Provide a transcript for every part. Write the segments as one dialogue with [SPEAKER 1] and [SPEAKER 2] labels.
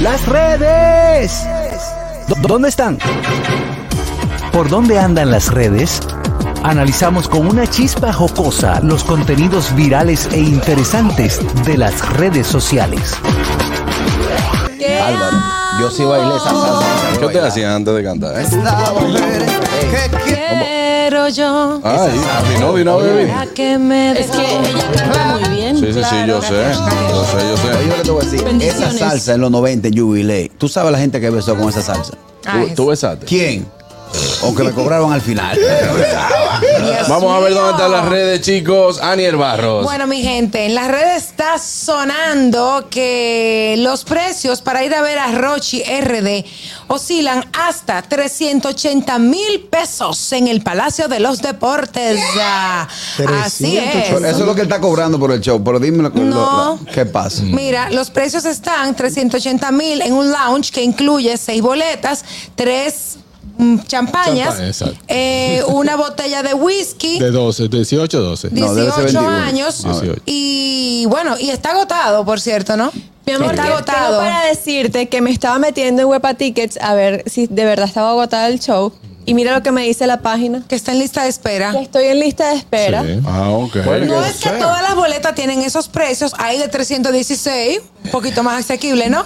[SPEAKER 1] Las redes. ¿Dó- ¿Dónde están? ¿Por dónde andan las redes? Analizamos con una chispa jocosa los contenidos virales e interesantes de las redes sociales.
[SPEAKER 2] Álvaro, yo sí bailé esa salsa.
[SPEAKER 3] ¿Qué te hacías antes de cantar? eh?
[SPEAKER 4] Quiero yo
[SPEAKER 3] Ah, y- vino, vino, baby.
[SPEAKER 4] a que me Ah, des
[SPEAKER 5] Es que ella canta muy bien.
[SPEAKER 3] Sí, sí, sí, yo sé. Yo sé, yo
[SPEAKER 2] Pero
[SPEAKER 3] sé.
[SPEAKER 2] yo lo que te voy a decir, esa
[SPEAKER 5] Bendiciones.
[SPEAKER 2] salsa en los 90 en Jubilee, ¿tú sabes la gente que besó con esa salsa?
[SPEAKER 4] Ah,
[SPEAKER 3] ¿Tú, tú besaste?
[SPEAKER 2] ¿Quién? O que me cobraron al final.
[SPEAKER 3] Vamos a ver dónde están las redes, chicos. Aniel Barros.
[SPEAKER 4] Bueno, mi gente, en las redes está sonando que los precios para ir a ver a Rochi RD oscilan hasta 380 mil pesos en el Palacio de los Deportes. Ah, Así es.
[SPEAKER 2] Eso es lo que él está cobrando por el show, pero dime lo, lo-
[SPEAKER 4] No.
[SPEAKER 2] la- qué pasa.
[SPEAKER 4] Mira, los precios están 380 mil en un lounge que incluye seis boletas, tres mm, champañas,
[SPEAKER 6] Champaña, exacto.
[SPEAKER 4] eh, una botella de whisky.
[SPEAKER 6] De 12, 18, 12.
[SPEAKER 2] No, debe ser
[SPEAKER 4] 18
[SPEAKER 2] 21.
[SPEAKER 4] años.
[SPEAKER 6] 18.
[SPEAKER 4] Y bueno, y está agotado, por cierto, ¿no?
[SPEAKER 5] Mi amor,
[SPEAKER 4] está
[SPEAKER 5] te-
[SPEAKER 4] agotado.
[SPEAKER 5] tengo para decirte que me estaba metiendo en Wepa Tickets a ver si de verdad estaba agotada el show. Y mira lo que me dice la página.
[SPEAKER 4] Que está en lista de espera.
[SPEAKER 5] Que estoy en lista de espera.
[SPEAKER 6] Sí.
[SPEAKER 3] Ah, ok.
[SPEAKER 4] No es que todas las boletas tienen esos precios. Hay de 316, un poquito más asequible, ¿no?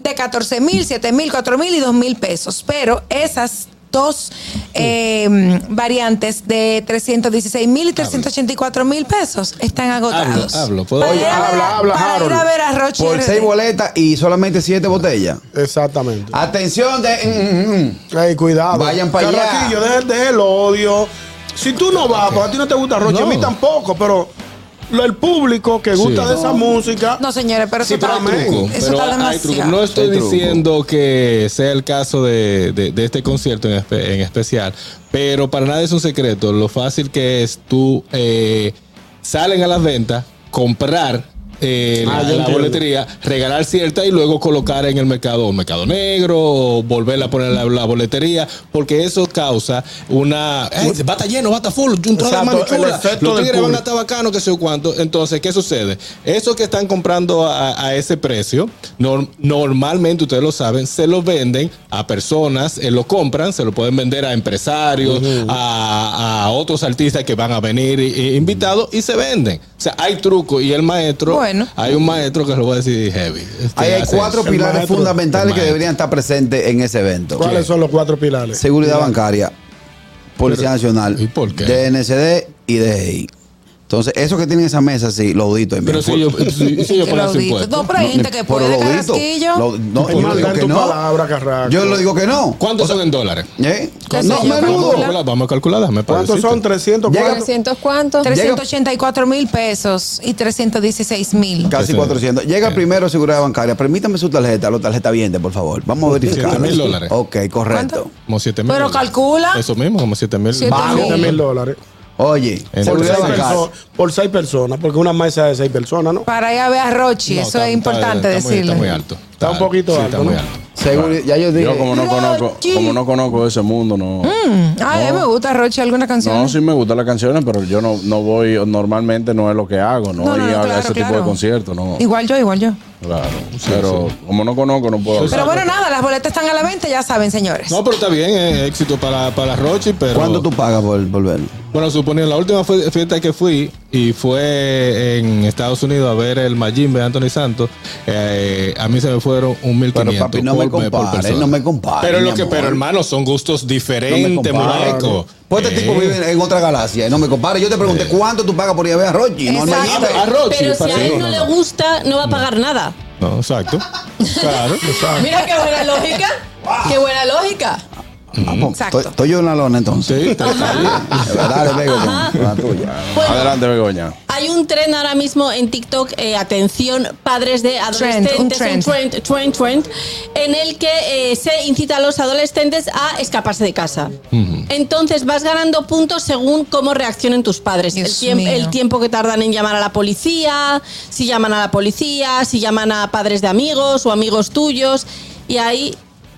[SPEAKER 4] De 14 mil, 7 mil, 4 mil y 2 mil pesos. Pero esas dos eh, variantes de 316 mil y 384 mil pesos están agotados.
[SPEAKER 6] hablo, ¿puedo?
[SPEAKER 4] Para
[SPEAKER 6] Oye,
[SPEAKER 4] ir a ver a-
[SPEAKER 2] habla, habla,
[SPEAKER 4] para ir a
[SPEAKER 2] Harold.
[SPEAKER 4] ver a Rochi
[SPEAKER 2] Por
[SPEAKER 4] RD.
[SPEAKER 2] seis boletas y solamente siete botellas.
[SPEAKER 7] Exactamente.
[SPEAKER 2] Atención de... mm, mm, mm.
[SPEAKER 7] Ey, cuidado.
[SPEAKER 2] Vayan pa' allá.
[SPEAKER 7] Carraquillo, deja, deja el odio. Si tú no vas, porque a ti no te gusta Roche,
[SPEAKER 6] No.
[SPEAKER 7] a mí tampoco, pero lo- el público que gusta de esa música.
[SPEAKER 4] No, señores, pero
[SPEAKER 7] Sí,
[SPEAKER 4] eso
[SPEAKER 7] pero
[SPEAKER 4] está,
[SPEAKER 7] hay truco,
[SPEAKER 4] eso
[SPEAKER 6] pero
[SPEAKER 4] está
[SPEAKER 6] hay
[SPEAKER 4] demasiado.
[SPEAKER 6] truco. No estoy
[SPEAKER 2] Hay truco.
[SPEAKER 6] diciendo que sea el caso de, de- de este concierto en, espe- en especial, pero para nadie es un secreto lo fácil que es tú eh, salen a las ventas, comprar eh, la-
[SPEAKER 7] Ah, yo
[SPEAKER 6] la,
[SPEAKER 7] entiendo.
[SPEAKER 6] boletería, regalar cierta y luego colocar en el mercado o mercado negro o volver a poner la, la boletería, porque eso causa una "Ey, Eh, bata lleno, bata full, un trozo de
[SPEAKER 7] Exacto,
[SPEAKER 6] mano
[SPEAKER 7] el
[SPEAKER 6] chula,
[SPEAKER 7] efecto
[SPEAKER 6] los
[SPEAKER 7] del
[SPEAKER 6] tigres van a
[SPEAKER 7] público.
[SPEAKER 6] estar está bacano, que sé yo cuánto. Entonces, ¿qué sucede? Eso que están comprando a, a ese precio, nor- normalmente ustedes lo saben, se lo venden a personas, eh, lo compran, se lo pueden vender a empresarios, a, a otros artistas que van a venir eh, invitados y se venden. O sea, hay truco y el maestro,
[SPEAKER 4] Bueno.
[SPEAKER 6] hay un maestro que lo voy a decir heavy. Este,
[SPEAKER 2] Ahí hay
[SPEAKER 6] hace
[SPEAKER 2] cuatro
[SPEAKER 6] eso.
[SPEAKER 2] pilares
[SPEAKER 7] maestro.
[SPEAKER 2] fundamentales
[SPEAKER 6] El
[SPEAKER 2] que
[SPEAKER 6] maestro.
[SPEAKER 2] deberían estar presentes en ese evento.
[SPEAKER 7] ¿Cuáles son los cuatro pilares?
[SPEAKER 2] Seguridad bancaria,
[SPEAKER 6] Pero,
[SPEAKER 2] Policía Nacional,
[SPEAKER 6] ¿y por qué?
[SPEAKER 2] DNCD y DGI. Entonces, eso que tienen esa mesa, sí, lo audito. en
[SPEAKER 6] Pero
[SPEAKER 2] bien.
[SPEAKER 6] si yo, si, si yo
[SPEAKER 4] Que lo
[SPEAKER 6] pongo su
[SPEAKER 4] audito.
[SPEAKER 6] impuesto.
[SPEAKER 4] No, pero hay gente que
[SPEAKER 2] Pero
[SPEAKER 4] puede
[SPEAKER 2] lo
[SPEAKER 4] de
[SPEAKER 2] audito.
[SPEAKER 4] carrasquillo.
[SPEAKER 2] Lo- no,
[SPEAKER 7] Hay
[SPEAKER 2] yo
[SPEAKER 7] maldad
[SPEAKER 2] digo
[SPEAKER 7] en
[SPEAKER 2] que
[SPEAKER 7] tu
[SPEAKER 2] no.
[SPEAKER 7] palabra, Carrasco.
[SPEAKER 2] Yo lo digo que no.
[SPEAKER 6] ¿Cuántos son en dólares?
[SPEAKER 2] ¿Eh?
[SPEAKER 4] ¿Qué
[SPEAKER 2] No,
[SPEAKER 4] sé yo?
[SPEAKER 2] menudo.
[SPEAKER 4] Calcula.
[SPEAKER 6] Vamos a calcular, déjame
[SPEAKER 7] ¿Cuántos
[SPEAKER 6] decirte.
[SPEAKER 7] son? 304.
[SPEAKER 5] 300 cuántos.
[SPEAKER 4] 384 mil pesos y 316 mil.
[SPEAKER 2] Casi
[SPEAKER 6] Sí.
[SPEAKER 2] 400. Llega
[SPEAKER 6] Sí.
[SPEAKER 2] primero seguridad bancaria. Permítame su tarjeta, la tarjeta viente, por favor. Vamos a verificar.
[SPEAKER 6] 7.000 dólares.
[SPEAKER 2] Ok, correcto.
[SPEAKER 4] ¿Cuánto?
[SPEAKER 6] Como 7 mil.
[SPEAKER 4] Pero calcula.
[SPEAKER 6] Eso mismo, como 7 mil.
[SPEAKER 4] Siete
[SPEAKER 2] Bajo.
[SPEAKER 4] mil.
[SPEAKER 7] 7 mil dólares.
[SPEAKER 2] Oye,
[SPEAKER 6] Por
[SPEAKER 7] Por
[SPEAKER 2] seguridad
[SPEAKER 7] seis,
[SPEAKER 2] bancaria.
[SPEAKER 7] perso- por seis personas, porque una mesa es de seis personas, ¿no?
[SPEAKER 4] Para ir a ver a Rochi,
[SPEAKER 6] No,
[SPEAKER 4] eso
[SPEAKER 6] está-
[SPEAKER 4] es importante
[SPEAKER 6] está- está muy-
[SPEAKER 4] decirle.
[SPEAKER 6] Está muy alto.
[SPEAKER 7] Está un poquito
[SPEAKER 6] sí,
[SPEAKER 7] alto,
[SPEAKER 6] Está muy
[SPEAKER 7] ¿no?
[SPEAKER 6] alto.
[SPEAKER 2] Seguri- ya yo dije.
[SPEAKER 3] Yo como no conozco,
[SPEAKER 4] Rochi.
[SPEAKER 3] como no conozco ese mundo, no.
[SPEAKER 4] Mm. Ay, a mí me gusta Rochi alguna canción.
[SPEAKER 3] No, sí me gustan las canciones, pero yo no, no voy, normalmente no es lo que hago, no,
[SPEAKER 4] No, no,
[SPEAKER 3] voy
[SPEAKER 4] no,
[SPEAKER 3] a
[SPEAKER 4] claro,
[SPEAKER 3] ese tipo de
[SPEAKER 4] claro.
[SPEAKER 3] conciertos, no.
[SPEAKER 4] Igual yo, igual yo.
[SPEAKER 3] Claro. pero como no conozco, no puedo
[SPEAKER 4] Pero
[SPEAKER 3] hablar.
[SPEAKER 4] bueno, nada, las boletas están a la venta, ya saben, señores.
[SPEAKER 6] No, pero está bien, eh, éxito para, para Rochi, pero.
[SPEAKER 2] ¿Cuánto tú pagas por volver?
[SPEAKER 6] Bueno, suponiendo, la última fue- fiesta que fui y fue en Estados Unidos a ver el Majimbe de Anthony Santos, eh, a mí se me fueron un mil
[SPEAKER 2] Pero papi, no me compares, no me compares.
[SPEAKER 6] Pero
[SPEAKER 2] mi
[SPEAKER 6] lo que,
[SPEAKER 2] amor.
[SPEAKER 6] pero hermano, son gustos
[SPEAKER 2] No me
[SPEAKER 6] diferentes,
[SPEAKER 2] compares.
[SPEAKER 6] Monaco.
[SPEAKER 2] Pues este
[SPEAKER 6] Eh,
[SPEAKER 2] tipo vive en otra galaxia. y No me compares. Yo te pregunté cuánto tú pagas por ir a ver a Rochi. No, Ah, no
[SPEAKER 4] Exacto.
[SPEAKER 2] dijiste.
[SPEAKER 6] A Rochi,
[SPEAKER 5] Pero si
[SPEAKER 6] para-
[SPEAKER 5] a
[SPEAKER 6] sí,
[SPEAKER 5] él
[SPEAKER 6] no,
[SPEAKER 5] no le
[SPEAKER 6] no.
[SPEAKER 5] gusta, no va a pagar nada.
[SPEAKER 6] No, exacto. Claro.
[SPEAKER 5] Mira qué buena lógica. Qué buena lógica.
[SPEAKER 2] Ah, pues,
[SPEAKER 4] Exacto.
[SPEAKER 2] estoy- Estoy yo en la lona entonces.
[SPEAKER 6] Sí, está- está bien.
[SPEAKER 2] De verdad, le pego con con la tuya.
[SPEAKER 5] Bueno.
[SPEAKER 3] Adelante, Begoña.
[SPEAKER 5] Hay un tren ahora mismo en TikTok, eh, atención, padres de adolescentes,
[SPEAKER 4] un
[SPEAKER 5] un
[SPEAKER 4] trend.
[SPEAKER 5] trend, trend, trend, en el que eh, se incita a los adolescentes a escaparse de casa. Entonces vas ganando puntos según cómo reaccionen tus padres. El,
[SPEAKER 4] Dios
[SPEAKER 5] tiemp-
[SPEAKER 4] mío.
[SPEAKER 5] el tiempo que tardan en llamar a la policía, si llaman a la policía, si llaman a padres de amigos o amigos tuyos. Y ahí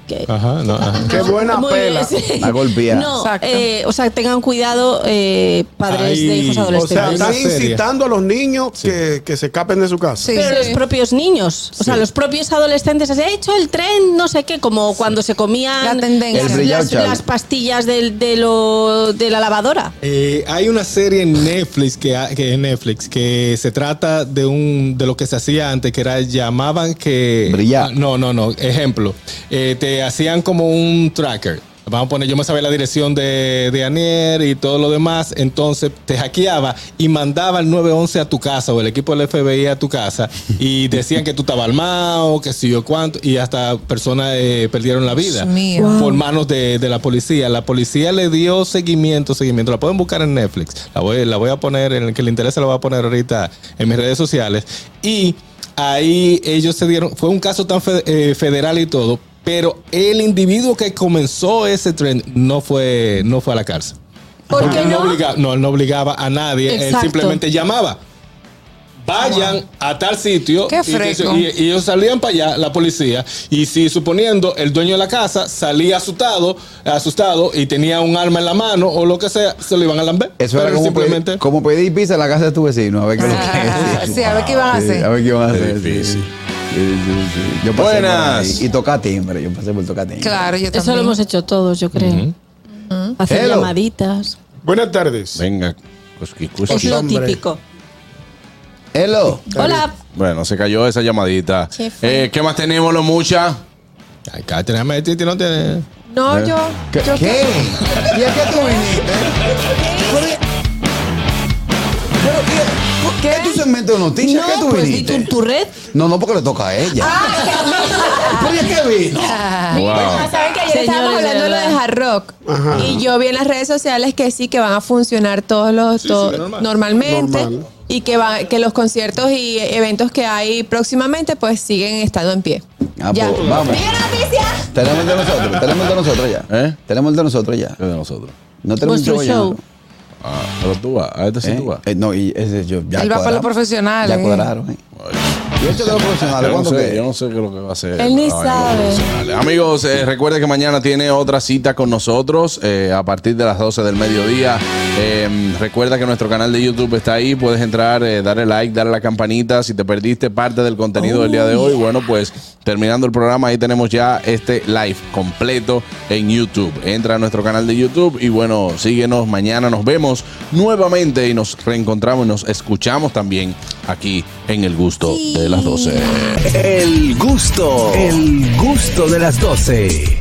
[SPEAKER 5] que-
[SPEAKER 6] Ajá, no, ajá.
[SPEAKER 7] Qué buena
[SPEAKER 5] Muy
[SPEAKER 7] pela.
[SPEAKER 5] bien, sí.
[SPEAKER 2] La golpea.
[SPEAKER 5] No,
[SPEAKER 4] Exacto.
[SPEAKER 5] eh, o sea, tengan cuidado eh, padres
[SPEAKER 6] Ay,
[SPEAKER 5] de hijos
[SPEAKER 6] o sea,
[SPEAKER 7] O sea,
[SPEAKER 5] adolescentes.
[SPEAKER 7] estás
[SPEAKER 6] Seria.
[SPEAKER 7] incitando a los niños que, que se escapen de su casa.
[SPEAKER 4] Sí,
[SPEAKER 5] Pero
[SPEAKER 4] sí.
[SPEAKER 5] los propios niños, o sea, los propios adolescentes, se ha hecho el tren, no sé qué, como cuando se comían
[SPEAKER 4] La tendencia.
[SPEAKER 5] las,
[SPEAKER 2] El brillao,
[SPEAKER 5] las-
[SPEAKER 2] chao.
[SPEAKER 5] las pastillas del- de, lo, de la lavadora.
[SPEAKER 6] Eh, hay una serie en Netflix que, ha- que en Netflix que se trata de un de lo que se hacía antes que era llamaban que
[SPEAKER 2] Brillar.
[SPEAKER 6] Ah, no no no ejemplo Eh, te hacían como un tracker vamos a poner yo me sabía la dirección de, de Anier y todo lo demás entonces te hackeaba y mandaba el 911 a tu casa o el equipo del FBI a tu casa y decían que tú estabas armado que si yo cuánto y hasta personas eh, perdieron la vida
[SPEAKER 4] Dios mío.
[SPEAKER 5] Wow.
[SPEAKER 6] por manos de, de la policía. La policía le dio seguimiento, seguimiento. La pueden buscar en Netflix. La voy, la voy a poner, en el que le interese la voy a poner ahorita en mis redes sociales. Y ahí ellos se dieron, fue un caso tan fe- eh, federal y todo, pero el individuo que comenzó ese tren no fue, no fue a la cárcel.
[SPEAKER 5] ¿Por
[SPEAKER 6] Porque
[SPEAKER 5] qué
[SPEAKER 6] él no,
[SPEAKER 5] no?
[SPEAKER 6] obliga- no, él no obligaba a nadie, él
[SPEAKER 5] Exacto.
[SPEAKER 6] simplemente llamaba. Vayan a tal sitio
[SPEAKER 4] Qué
[SPEAKER 6] y que-
[SPEAKER 4] fresco.
[SPEAKER 6] y, y ellos salían para allá, la policía, y si suponiendo el dueño de la casa salía asustado, asustado y tenía un arma en la mano o lo que sea, se lo iban a lamber.
[SPEAKER 2] Eso
[SPEAKER 6] Pero
[SPEAKER 2] era como,
[SPEAKER 6] simplemente
[SPEAKER 2] pedir, como pedir pizza en la casa de tu vecino. A ver qué es lo
[SPEAKER 4] Ah,
[SPEAKER 2] que
[SPEAKER 4] sí, a ver qué iban a
[SPEAKER 2] Sí,
[SPEAKER 4] hacer.
[SPEAKER 2] A ver qué van a hacer.
[SPEAKER 3] difícil.
[SPEAKER 2] sí. Sí, sí, sí. Yo pasé por
[SPEAKER 3] Buenas.
[SPEAKER 2] ahí. Y toca timbre. Yo pasé por tocar timbre.
[SPEAKER 4] Claro, yo también.
[SPEAKER 5] Eso lo hemos hecho todos, yo creo. Hacer
[SPEAKER 2] Hello.
[SPEAKER 5] llamaditas.
[SPEAKER 7] Buenas tardes.
[SPEAKER 3] Venga, pues, cosqui, cosqui.
[SPEAKER 5] Es lo
[SPEAKER 7] hombre.
[SPEAKER 5] típico.
[SPEAKER 2] Hello.
[SPEAKER 5] Hola,
[SPEAKER 3] Bueno, se cayó esa llamadita.
[SPEAKER 5] Sí, fue.
[SPEAKER 3] Eh, ¿Qué más tenemos, lo mucha?
[SPEAKER 6] Ay, Catherine, ama, Titi no tiene.
[SPEAKER 5] no, yo.
[SPEAKER 2] ¿Qué?
[SPEAKER 5] yo
[SPEAKER 2] ¿Qué? ¿Y a qué tú viniste? Pero, ¿qué- ¿Qué es tu segmento de noticias?
[SPEAKER 5] No,
[SPEAKER 2] ¿Qué tú
[SPEAKER 5] pues, ¿y
[SPEAKER 2] viniste?
[SPEAKER 5] tu, tu red?
[SPEAKER 2] No, no, porque le toca a ella. ¿Pero ¿y a qué vino?
[SPEAKER 3] Wow.
[SPEAKER 8] Ah, Saben que ayer
[SPEAKER 5] Señores,
[SPEAKER 8] estábamos
[SPEAKER 5] de
[SPEAKER 8] hablando de lo de
[SPEAKER 5] verdad.
[SPEAKER 8] hard rock. Y yo vi en las redes sociales que sí, que van a funcionar todos los.
[SPEAKER 6] Sí,
[SPEAKER 8] to-
[SPEAKER 6] sí, normal.
[SPEAKER 8] Normalmente.
[SPEAKER 7] Normal.
[SPEAKER 8] Y que, va, que los conciertos y eventos que hay próximamente, pues siguen estando en pie.
[SPEAKER 2] Ah,
[SPEAKER 8] ya.
[SPEAKER 2] pues, vamos.
[SPEAKER 8] ¡Mira noticia!
[SPEAKER 2] Tenemos el de nosotros, tenemos el de nosotros ya.
[SPEAKER 3] ¿Eh?
[SPEAKER 2] Tenemos el de nosotros ya.
[SPEAKER 3] ¿Qué de nosotros?
[SPEAKER 2] No tenemos
[SPEAKER 5] Vuestro
[SPEAKER 2] un show.
[SPEAKER 5] show.
[SPEAKER 3] Ah, pero tú vas. A este sí
[SPEAKER 2] ¿eh?
[SPEAKER 3] tú vas.
[SPEAKER 2] Eh, no, y ese yo ya
[SPEAKER 4] Él va para
[SPEAKER 2] cuadraron.
[SPEAKER 4] lo profesional,
[SPEAKER 2] Ya
[SPEAKER 4] eh.
[SPEAKER 2] cuadraron. ¿eh? Y esto de los profesionales,
[SPEAKER 3] Yo no,
[SPEAKER 2] ¿cuándo
[SPEAKER 3] sé,
[SPEAKER 2] que?
[SPEAKER 3] yo no sé qué es lo que va a hacer.
[SPEAKER 8] Él ni
[SPEAKER 3] Ah, bueno,
[SPEAKER 8] sabe.
[SPEAKER 3] profesionales. Amigos, eh, recuerden que mañana tiene otra cita con nosotros eh, a partir de las 12 del mediodía. Eh, recuerda que nuestro canal de YouTube está ahí. Puedes entrar, eh, darle like, darle la campanita. Si te perdiste parte del contenido del día de hoy, bueno, pues terminando el programa, ahí tenemos ya este live completo en YouTube. Entra a nuestro canal de YouTube y bueno, síguenos. Mañana nos vemos nuevamente y nos reencontramos, nos escuchamos también aquí en El Gusto de las 12.
[SPEAKER 1] El gusto, el gusto de las 12.